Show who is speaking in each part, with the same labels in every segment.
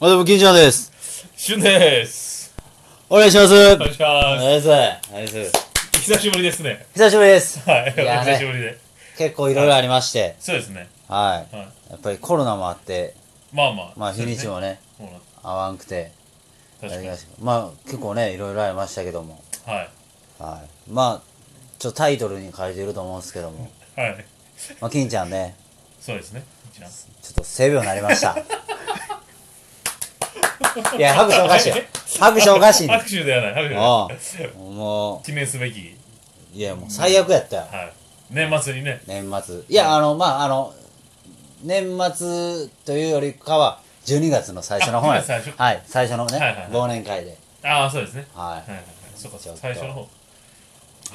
Speaker 1: あ、でも、銀ちゃんです。
Speaker 2: しゅんです。
Speaker 1: お願いします。
Speaker 2: お願いし
Speaker 3: お
Speaker 2: ま
Speaker 3: 願いします。お願いします。
Speaker 2: す。久しぶりですね。
Speaker 3: 久しぶりです。
Speaker 2: はい。
Speaker 3: いや
Speaker 2: お
Speaker 3: ね
Speaker 2: 久しぶりで。
Speaker 3: 結構いろいろありまして、
Speaker 2: そうですね。
Speaker 3: はい。
Speaker 2: はい。
Speaker 3: やっぱりコロナもあって、
Speaker 2: まあまあ。
Speaker 3: まあ日にちもね、
Speaker 2: そうですね。も
Speaker 3: 合わんくて、
Speaker 2: う確かに。
Speaker 3: や
Speaker 2: は
Speaker 3: りましたまあ結構ね、いろいろありましたけども、
Speaker 2: い。
Speaker 3: はい。まあ、ちょっとタイトルに書いてると思うんですけども、
Speaker 2: はい。
Speaker 3: まあ、金ちゃんね、
Speaker 2: そうですね。一覧
Speaker 3: ちょっと性病になりま した。いや、拍手おかしいよ。拍手おかしいね
Speaker 2: 拍 手ではない。拍手
Speaker 3: あ
Speaker 2: では
Speaker 3: あ
Speaker 2: ない。
Speaker 3: も
Speaker 2: 記念すべき。
Speaker 3: う、いや、もう最悪やったよ。
Speaker 2: はい。年末にね。
Speaker 3: 年末。いや、あの、まあ、あの、年末というよりかは、12月の最初の方
Speaker 2: あ
Speaker 3: や
Speaker 2: 12月最 初
Speaker 3: はい、最初のね、
Speaker 2: はいはいはい
Speaker 3: 忘年会で。
Speaker 2: ああ、そうですね。
Speaker 3: は
Speaker 2: はい
Speaker 3: い。
Speaker 2: はいはい。そうか、
Speaker 3: ち
Speaker 2: そ
Speaker 3: ょ
Speaker 2: う
Speaker 3: っ
Speaker 2: か。
Speaker 3: と
Speaker 2: 最初の方。
Speaker 3: は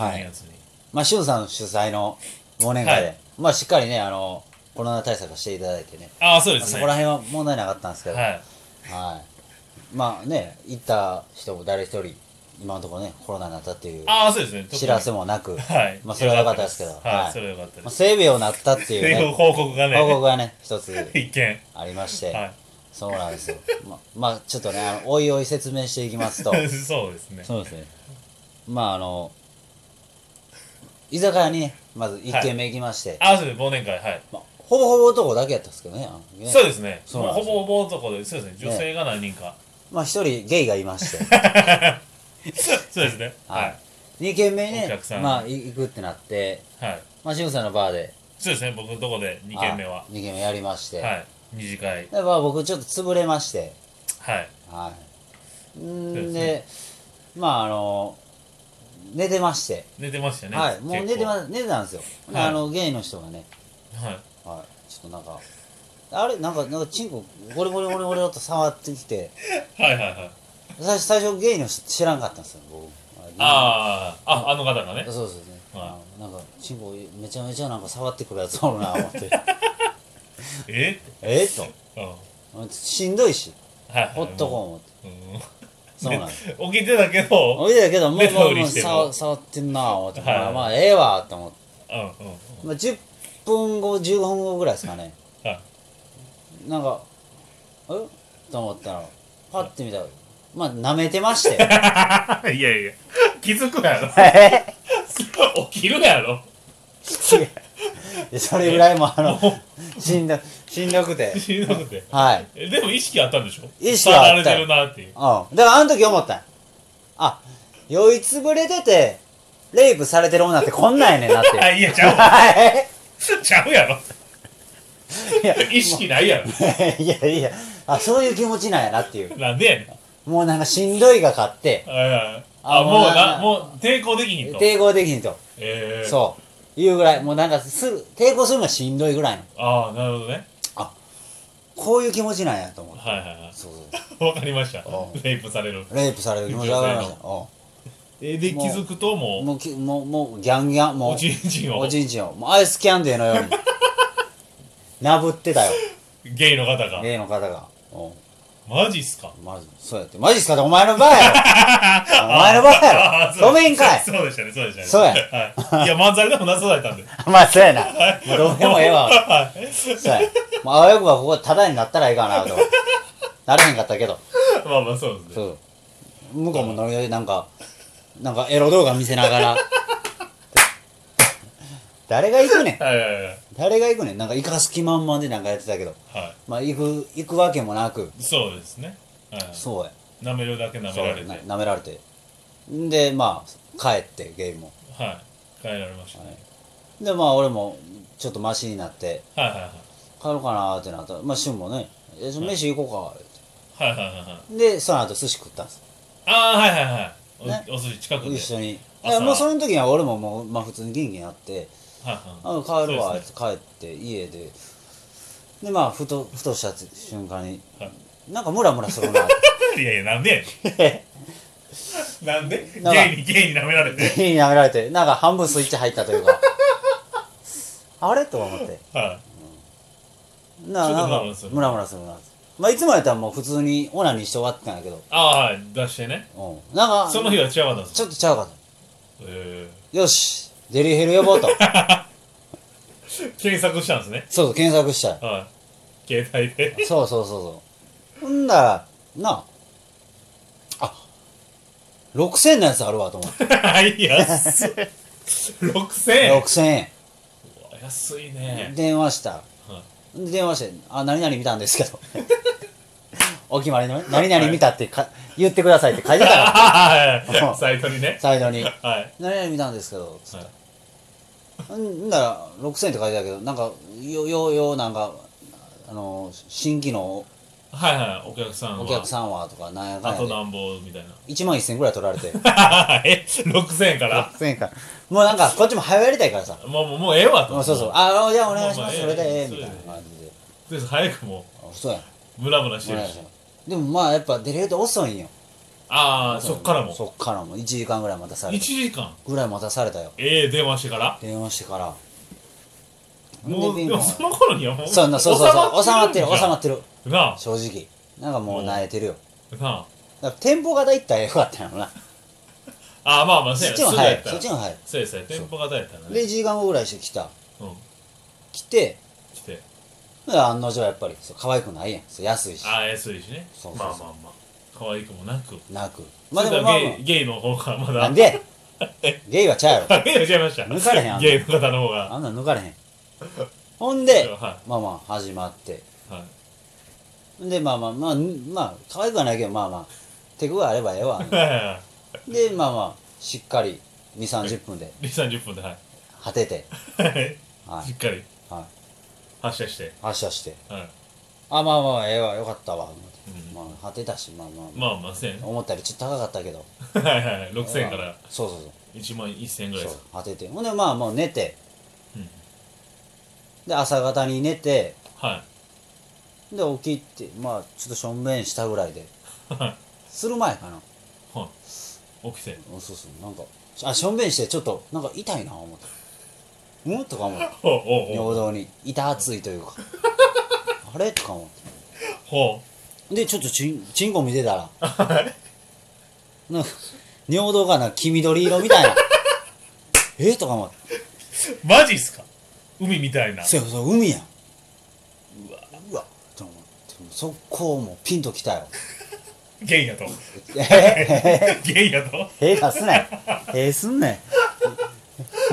Speaker 3: い
Speaker 2: 12月に。
Speaker 3: まあ、シュンさん主催の忘年会で、
Speaker 2: はい
Speaker 3: まあ、しっかりね、あの、コロナ対策をしていただいてね、
Speaker 2: ああ、そうです
Speaker 3: そ
Speaker 2: ね。
Speaker 3: こら辺は問題なかったんですけど、はい。
Speaker 2: は
Speaker 3: まあね、行った人も誰一人、今のところね、コロナになったっていう
Speaker 2: い。ああ、そうですね。特に
Speaker 3: 知らせもなく、
Speaker 2: はい。
Speaker 3: まあ、それは良かったですけど、
Speaker 2: はい。それは良かったで
Speaker 3: まあ、
Speaker 2: す。
Speaker 3: 性病になったっていう
Speaker 2: っていう
Speaker 3: ね、
Speaker 2: 報告がね。
Speaker 3: 報告がね、一つ
Speaker 2: 一見。
Speaker 3: ありまして、
Speaker 2: は
Speaker 3: そうなんですよ。ままあちょっとね、あのおいおい説明していきますと、
Speaker 2: い。 そうですね。
Speaker 3: そうですね。まああの、居酒屋にね、まず1軒目行きまして、
Speaker 2: ああ、そうです。忘年会。はい。
Speaker 3: まあ、ほぼほぼ男だけやったんですけどね。あのね
Speaker 2: そうですね。
Speaker 3: そう
Speaker 2: も
Speaker 3: なで
Speaker 2: うんほ
Speaker 3: す
Speaker 2: ぼほぼ男で、そうですね。女性が何人か。
Speaker 3: まあ一人ゲイがいま して、
Speaker 2: そうですね。は
Speaker 3: 2軒目
Speaker 2: お
Speaker 3: ね
Speaker 2: 客さ、ん
Speaker 3: まあい行くってなって、
Speaker 2: い。はい。
Speaker 3: まあしぐさんのバーで、
Speaker 2: そうですね。僕のとこで2軒目は。
Speaker 3: 2軒目やりまして、
Speaker 2: はい。二次会。
Speaker 3: でまあ僕ちょっと潰れまして、
Speaker 2: はい。
Speaker 3: はい。
Speaker 2: そうで
Speaker 3: ん
Speaker 2: す
Speaker 3: で
Speaker 2: ね、
Speaker 3: まああの、寝てまして、
Speaker 2: 寝てましたね。
Speaker 3: はい、もう寝て
Speaker 2: す。
Speaker 3: ま、寝てたんですよ。で
Speaker 2: はい
Speaker 3: あの、ゲイの人がね、
Speaker 2: はい。
Speaker 3: はい、ちょっとなんか、あれなんか、なんか、チンコ、ゴリゴリゴリゴリと触ってきて、
Speaker 2: はいはいはい。
Speaker 3: 最初、最初ゲイの人知らんかったんですよ、僕。
Speaker 2: ああ、あ、あの方がね
Speaker 3: あ。そうですよね。
Speaker 2: は
Speaker 3: あなんか、チンコ、めちゃめちゃなんか触ってくるやつおるな、思って。
Speaker 2: え
Speaker 3: えっと。
Speaker 2: うん。は
Speaker 3: しんどいし、
Speaker 2: い。
Speaker 3: ほっとこう思って。
Speaker 2: う。
Speaker 3: そうなんです。
Speaker 2: うん。起きてたけど、
Speaker 3: おいでやけど、も
Speaker 2: 目
Speaker 3: う、
Speaker 2: 通り
Speaker 3: もう、もう
Speaker 2: してる
Speaker 3: 触触ってんな、思って。
Speaker 2: はい
Speaker 3: まあ、まあ、ええわ、と思って。
Speaker 2: うんうんうん。
Speaker 3: まあ、10分後、15分後ぐらいですかね。
Speaker 2: はい。
Speaker 3: なんか、えと思ったら、パッて見たら、まあ、舐めてまして。
Speaker 2: い やいや、気づくやろ。
Speaker 3: え
Speaker 2: 起きるやろ。
Speaker 3: 違ういやそれぐらいもうあのしんどしんどくて
Speaker 2: しんどくて。
Speaker 3: はい
Speaker 2: えでも意識あったんでしょ
Speaker 3: 意識はあった
Speaker 2: 触られ
Speaker 3: よ
Speaker 2: てるなっていう。
Speaker 3: うんだからあの時思ったんやあ酔いつぶれててレイプされてる女ってこんなんやねんなって
Speaker 2: あ、いや、ちゃうわ。
Speaker 3: は
Speaker 2: ちゃうやろ。
Speaker 3: いいや
Speaker 2: 意識ないや
Speaker 3: い やいやあそういう気持ちなんやなっていう
Speaker 2: ろ。なんでやねん。
Speaker 3: もうなんかしんどいが勝って
Speaker 2: あ
Speaker 3: あ
Speaker 2: あ、
Speaker 3: も
Speaker 2: も
Speaker 3: う
Speaker 2: う
Speaker 3: な
Speaker 2: な、もう抵抗できひんと。
Speaker 3: 抵抗できんと
Speaker 2: えー、う。
Speaker 3: そういうぐらいもうなんかすぐ抵抗するのがしんどいぐらいの
Speaker 2: ああ、なるほどね。
Speaker 3: こういう気持ちなんやと思って
Speaker 2: はいはい
Speaker 3: そう
Speaker 2: はい。 わかりました
Speaker 3: う。
Speaker 2: レイプされる。
Speaker 3: そうレイプされる気持ちわかりましたうん
Speaker 2: えで、気
Speaker 3: もう
Speaker 2: づくとも
Speaker 3: もうきもうもうギャンギャン
Speaker 2: う、
Speaker 3: もう
Speaker 2: おちんちんを
Speaker 3: お、じいちゃんをもうアイスキャンデーのように なぶって たよ
Speaker 2: ゲイの方が。
Speaker 3: 例の方がお
Speaker 2: マジっすか
Speaker 3: マジそうやってマジっすかってお前の場合や ろお前の場合
Speaker 2: あ
Speaker 3: や
Speaker 2: ー
Speaker 3: ろ
Speaker 2: そう
Speaker 3: ごめんかい
Speaker 2: そうそうでしたね、そうでしたね。
Speaker 3: そうや
Speaker 2: はい。いや、漫才でもなそうだったんで。
Speaker 3: まあそうやなもう どうでもええわ
Speaker 2: はい。
Speaker 3: そうやもうあわよくばここタダになったらいいかなと思ってなれへんかったけど
Speaker 2: まあまあ、そうですね。
Speaker 3: そう向こうもノリノリなんかなんかエロ動画見せなが ら誰が行くねん
Speaker 2: はいはいはいはい。
Speaker 3: 誰が行くねんなんか行かす気満々でなんかやってたけど
Speaker 2: は
Speaker 3: まあ行く行くわけもなく
Speaker 2: い。そうですね。はい
Speaker 3: そうや
Speaker 2: 舐めるだけ舐
Speaker 3: そう
Speaker 2: められて。
Speaker 3: な
Speaker 2: はい。
Speaker 3: 舐められてんでまあ帰ってゲイも
Speaker 2: 変えられましたね。
Speaker 3: でまあ俺もちょっとマシになって
Speaker 2: はいはいはい。
Speaker 3: 帰ろうかなーってなったらまあ旬もね「えじゃあ飯行こうか」
Speaker 2: はいはいはいはい。
Speaker 3: 言うてでその後寿司食ったんです
Speaker 2: ああ、はいはいはい
Speaker 3: ね。
Speaker 2: おお寿司近くで。
Speaker 3: 一緒に
Speaker 2: 朝
Speaker 3: えもうその時には俺ももう、まあ、普通にギンギンやって
Speaker 2: は
Speaker 3: 「
Speaker 2: いはい
Speaker 3: あ帰るわ」
Speaker 2: そう
Speaker 3: 言っ
Speaker 2: で
Speaker 3: て帰って家ででまあふとふとした瞬間に
Speaker 2: は
Speaker 3: なんかムラムラするな
Speaker 2: いやいや、なんで やねんなんで
Speaker 3: なんか
Speaker 2: ゲイに、ゲイに舐 められて。
Speaker 3: ギンやめられてなんか半分スイッチ入ったというかあれと思って
Speaker 2: は
Speaker 3: な
Speaker 2: ちょっと
Speaker 3: なんかムラムラするなまあいつもやったらもう普通にオナニーして終わってたんやけど
Speaker 2: い。ああ、はい。出してね。
Speaker 3: うんなんか
Speaker 2: その日は違うかったんです
Speaker 3: ちょっとちゃうかった
Speaker 2: え
Speaker 3: よしデリヘル呼 ぼうと
Speaker 2: ー検索したんですね。
Speaker 3: そうそう検索したよ
Speaker 2: はい。携帯で。
Speaker 3: そうそうそうそほんだら、なあ、あ、6000のやつあるわと思って。
Speaker 2: はい、安い。6000円。
Speaker 3: 6000円。
Speaker 2: 安いね。
Speaker 3: 電話した
Speaker 2: は
Speaker 3: で電話して「あ何々見たんですけど」 お決まりのね「何々見た」ってか言ってくださいって書いてたか
Speaker 2: は
Speaker 3: うん
Speaker 2: い。サイトにね
Speaker 3: ら。サイドに
Speaker 2: はい
Speaker 3: 「何々見たんですけど」つっ
Speaker 2: は
Speaker 3: てうんだら6000って書いてたけどなんかよよよなんかあの新規の
Speaker 2: はいはい、お客さんは。
Speaker 3: お客さんはとかなんやか
Speaker 2: あ
Speaker 3: んや
Speaker 2: と
Speaker 3: で
Speaker 2: なんぼみたいな。
Speaker 3: 1万1000ぐらい取られて
Speaker 2: え、6000円から。
Speaker 3: 6000からもうなんかこっちも早やりたいからさ
Speaker 2: もう、もう、もうええわと。
Speaker 3: もうそうそう「ああじゃあお願いしま
Speaker 2: まあまあ
Speaker 3: すそれ
Speaker 2: え
Speaker 3: で
Speaker 2: え」
Speaker 3: みたいな感じで
Speaker 2: う。で早くも
Speaker 3: あそうやん
Speaker 2: う、ムラムラして
Speaker 3: お
Speaker 2: る
Speaker 3: 願い
Speaker 2: し
Speaker 3: し。ますでもまあやっぱ出れると遅いんよ
Speaker 2: ああ、そっからも。
Speaker 3: そっからも1時間ぐらい待たされ
Speaker 2: 1
Speaker 3: た
Speaker 2: 時間。
Speaker 3: ぐらい待たされたよ
Speaker 2: ええ、電話してから。
Speaker 3: 電話してから
Speaker 2: もう、
Speaker 3: で
Speaker 2: で
Speaker 3: も
Speaker 2: もその頃にはもう。
Speaker 3: そうなそうそうそう収まってる収ま
Speaker 2: っ
Speaker 3: ってる
Speaker 2: てるんじゃん。な
Speaker 3: 正直なんかもう慣れてるよ
Speaker 2: あ、なあ。
Speaker 3: だから店舗型行ったらよかったんやろな
Speaker 2: ああ、まあまあ、
Speaker 3: そ
Speaker 2: そう
Speaker 3: っ
Speaker 2: や
Speaker 3: ちも
Speaker 2: すぐ
Speaker 3: 早
Speaker 2: や
Speaker 3: い
Speaker 2: った
Speaker 3: そっ
Speaker 2: ら
Speaker 3: ちも早い
Speaker 2: そうやそうや、店舗型やったら
Speaker 3: で1
Speaker 2: ね。
Speaker 3: 時間後ぐらいして来た
Speaker 2: うん。
Speaker 3: 来て
Speaker 2: 来て。
Speaker 3: で案の定やっぱりそう可愛くないやんそう安いし
Speaker 2: ああ、安いしね
Speaker 3: そう。そ
Speaker 2: ま
Speaker 3: う
Speaker 2: あ
Speaker 3: そう
Speaker 2: まあまあ。可愛くもなく。
Speaker 3: なくまあ
Speaker 2: まあ
Speaker 3: でも
Speaker 2: で
Speaker 3: まあ
Speaker 2: ゲイ、ゲイの方がま
Speaker 3: まあな
Speaker 2: だ
Speaker 3: ん。で ゲイはちゃうやろ
Speaker 2: あゲイの違いました。
Speaker 3: 抜かれへんあんな
Speaker 2: ゲイの方の方が。
Speaker 3: あんなん抜かれへんほんで
Speaker 2: は
Speaker 3: まあまあ始まって
Speaker 2: い。はい。
Speaker 3: でまあまあまあんまあ可愛くはないけどまあまあ手具合あればええわでまあまあしっかり2三3 0分で
Speaker 2: で、30分で、はい。
Speaker 3: 果てて、は
Speaker 2: し
Speaker 3: い
Speaker 2: っかり
Speaker 3: は
Speaker 2: 発射して。
Speaker 3: い、発射して
Speaker 2: はい。
Speaker 3: あまあまあええわよかったわ思って、
Speaker 2: うん
Speaker 3: まあ、果てたしまあまあ、
Speaker 2: まあまあ、1000円。
Speaker 3: 思ったよりちょっと高かったけど
Speaker 2: はいはいはい。6000円か
Speaker 3: まあ
Speaker 2: ら
Speaker 3: そうそうそう
Speaker 2: 1万1000円ぐらいで
Speaker 3: そう
Speaker 2: す。
Speaker 3: 当ててほんでまあもう寝て
Speaker 2: うん
Speaker 3: で朝方に寝て
Speaker 2: は
Speaker 3: で起きてまあちょっとしょんべんしたぐらい で
Speaker 2: い。はい。
Speaker 3: する前かな
Speaker 2: はい。起きて。
Speaker 3: うんそうそうなんかあしょんべんしてちょっとなんか痛いな思ってうんとか思って
Speaker 2: ほうほうほ
Speaker 3: 尿道に痛熱いと いうかあれとか思って
Speaker 2: う。ほ
Speaker 3: でちょっとチンチンコ見てたらなんか尿道がな黄緑色みたい なえとか思って
Speaker 2: う。マジっすか海みたいな。
Speaker 3: そうやそう海やんうわうわと思って速攻もうピンときた よ
Speaker 2: ゲ イやと。
Speaker 3: え
Speaker 2: ゲイやと。
Speaker 3: へへ出すなよへえすんな よ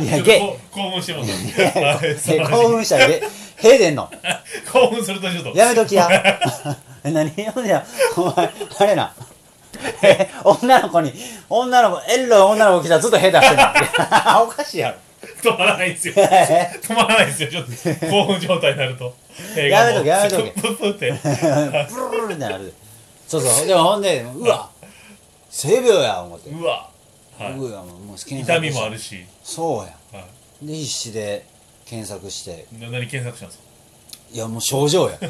Speaker 3: いや
Speaker 2: ちょ
Speaker 3: ゲ
Speaker 2: っとこ興奮してもうたはい素晴
Speaker 3: へ
Speaker 2: らしい
Speaker 3: 興奮したらゲへえでんの
Speaker 2: 興奮するとちょっと。
Speaker 3: やめときや何読んでやお前あれなえ女の子に女の子エロい女の子来たらずっとへえ出してんのおかしいやろ
Speaker 2: 止まらない んですよ。止まらないんですよ。ちょっと興奮状態になると。
Speaker 3: やめとけやめとけ
Speaker 2: け。プップップって。
Speaker 3: ブルルルってなるそうそうでもほんでうわ性病や思って
Speaker 2: うわ。は
Speaker 3: うわもう
Speaker 2: い。
Speaker 3: 検索
Speaker 2: 痛みもあるし。
Speaker 3: そうや
Speaker 2: は
Speaker 3: で必死で検索して
Speaker 2: い。な何検索したんです
Speaker 3: いやもう症状や
Speaker 2: か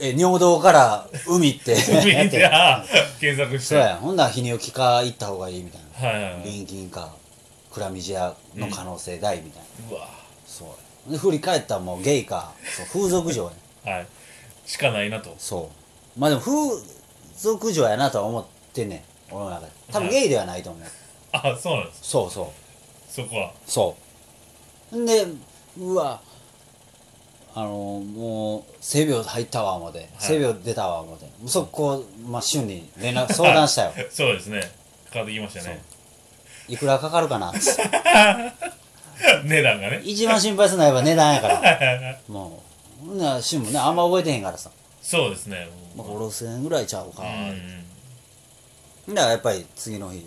Speaker 3: え尿道から海って
Speaker 2: 海で、あー 検索し
Speaker 3: そ
Speaker 2: て。
Speaker 3: う
Speaker 2: はい
Speaker 3: やほんなら泌尿器科行った方がいいみたいな
Speaker 2: はいはい。
Speaker 3: 臨近かクラミジアの可能性大みたいな、
Speaker 2: うわ。
Speaker 3: そうやで振り返ったらもうゲイかそう風俗嬢や
Speaker 2: はい。しかないなと。
Speaker 3: そうまあでも風俗嬢やなとは思ってんねん俺の中で多分ゲイではないと思う
Speaker 2: あ、そうなんです。
Speaker 3: そうそう
Speaker 2: そこは。
Speaker 3: そう。んで、うわ、あの、もう、性病入ったわ、思って。性病出たわ、思って。そこ、まあ、瞬に連絡、相談したよ。
Speaker 2: そうですね。かかってきましたね。
Speaker 3: いくらかかるかなって。
Speaker 2: 値段がね。
Speaker 3: 一番心配するのはやっぱ値段やから。もう、ほんな、瞬もね、あんま覚えてへんからさ。
Speaker 2: そうですね。
Speaker 3: まあ、5000円ぐらいちゃうか
Speaker 2: う。ん。
Speaker 3: だからやっぱり次の日、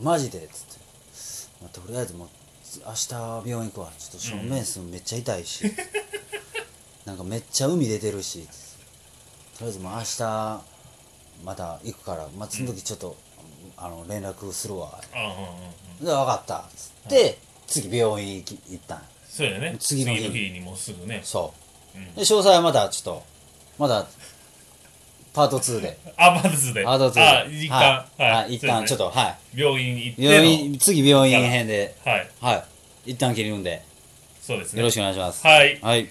Speaker 3: マジで、つって。まあ、とりあえずもう、明日病院行くわ。ちょっと正面すんめっちゃ痛いし。なんかめっちゃ海出てるし。とりあえずもう明日、また行くから、まあ、その時ちょっと、あの、連絡するわ。
Speaker 2: あうんうんうん。
Speaker 3: で、分かった。つって、次病院行き行ったん
Speaker 2: そうやね。
Speaker 3: 次の日
Speaker 2: にもうすぐね。
Speaker 3: そう
Speaker 2: うん。
Speaker 3: で、詳細はまだちょっと、まだ、パート2で。
Speaker 2: あ、まずで。
Speaker 3: パート2で。
Speaker 2: あ、一旦。
Speaker 3: はい。はい、一旦ちょっ
Speaker 2: と。
Speaker 3: と、はい。
Speaker 2: 病院行っての。
Speaker 3: 病院、次病院編で、
Speaker 2: はい。
Speaker 3: はい。一旦切るんで、
Speaker 2: そうですね。
Speaker 3: よろしくお願いします。
Speaker 2: はい。
Speaker 3: はい。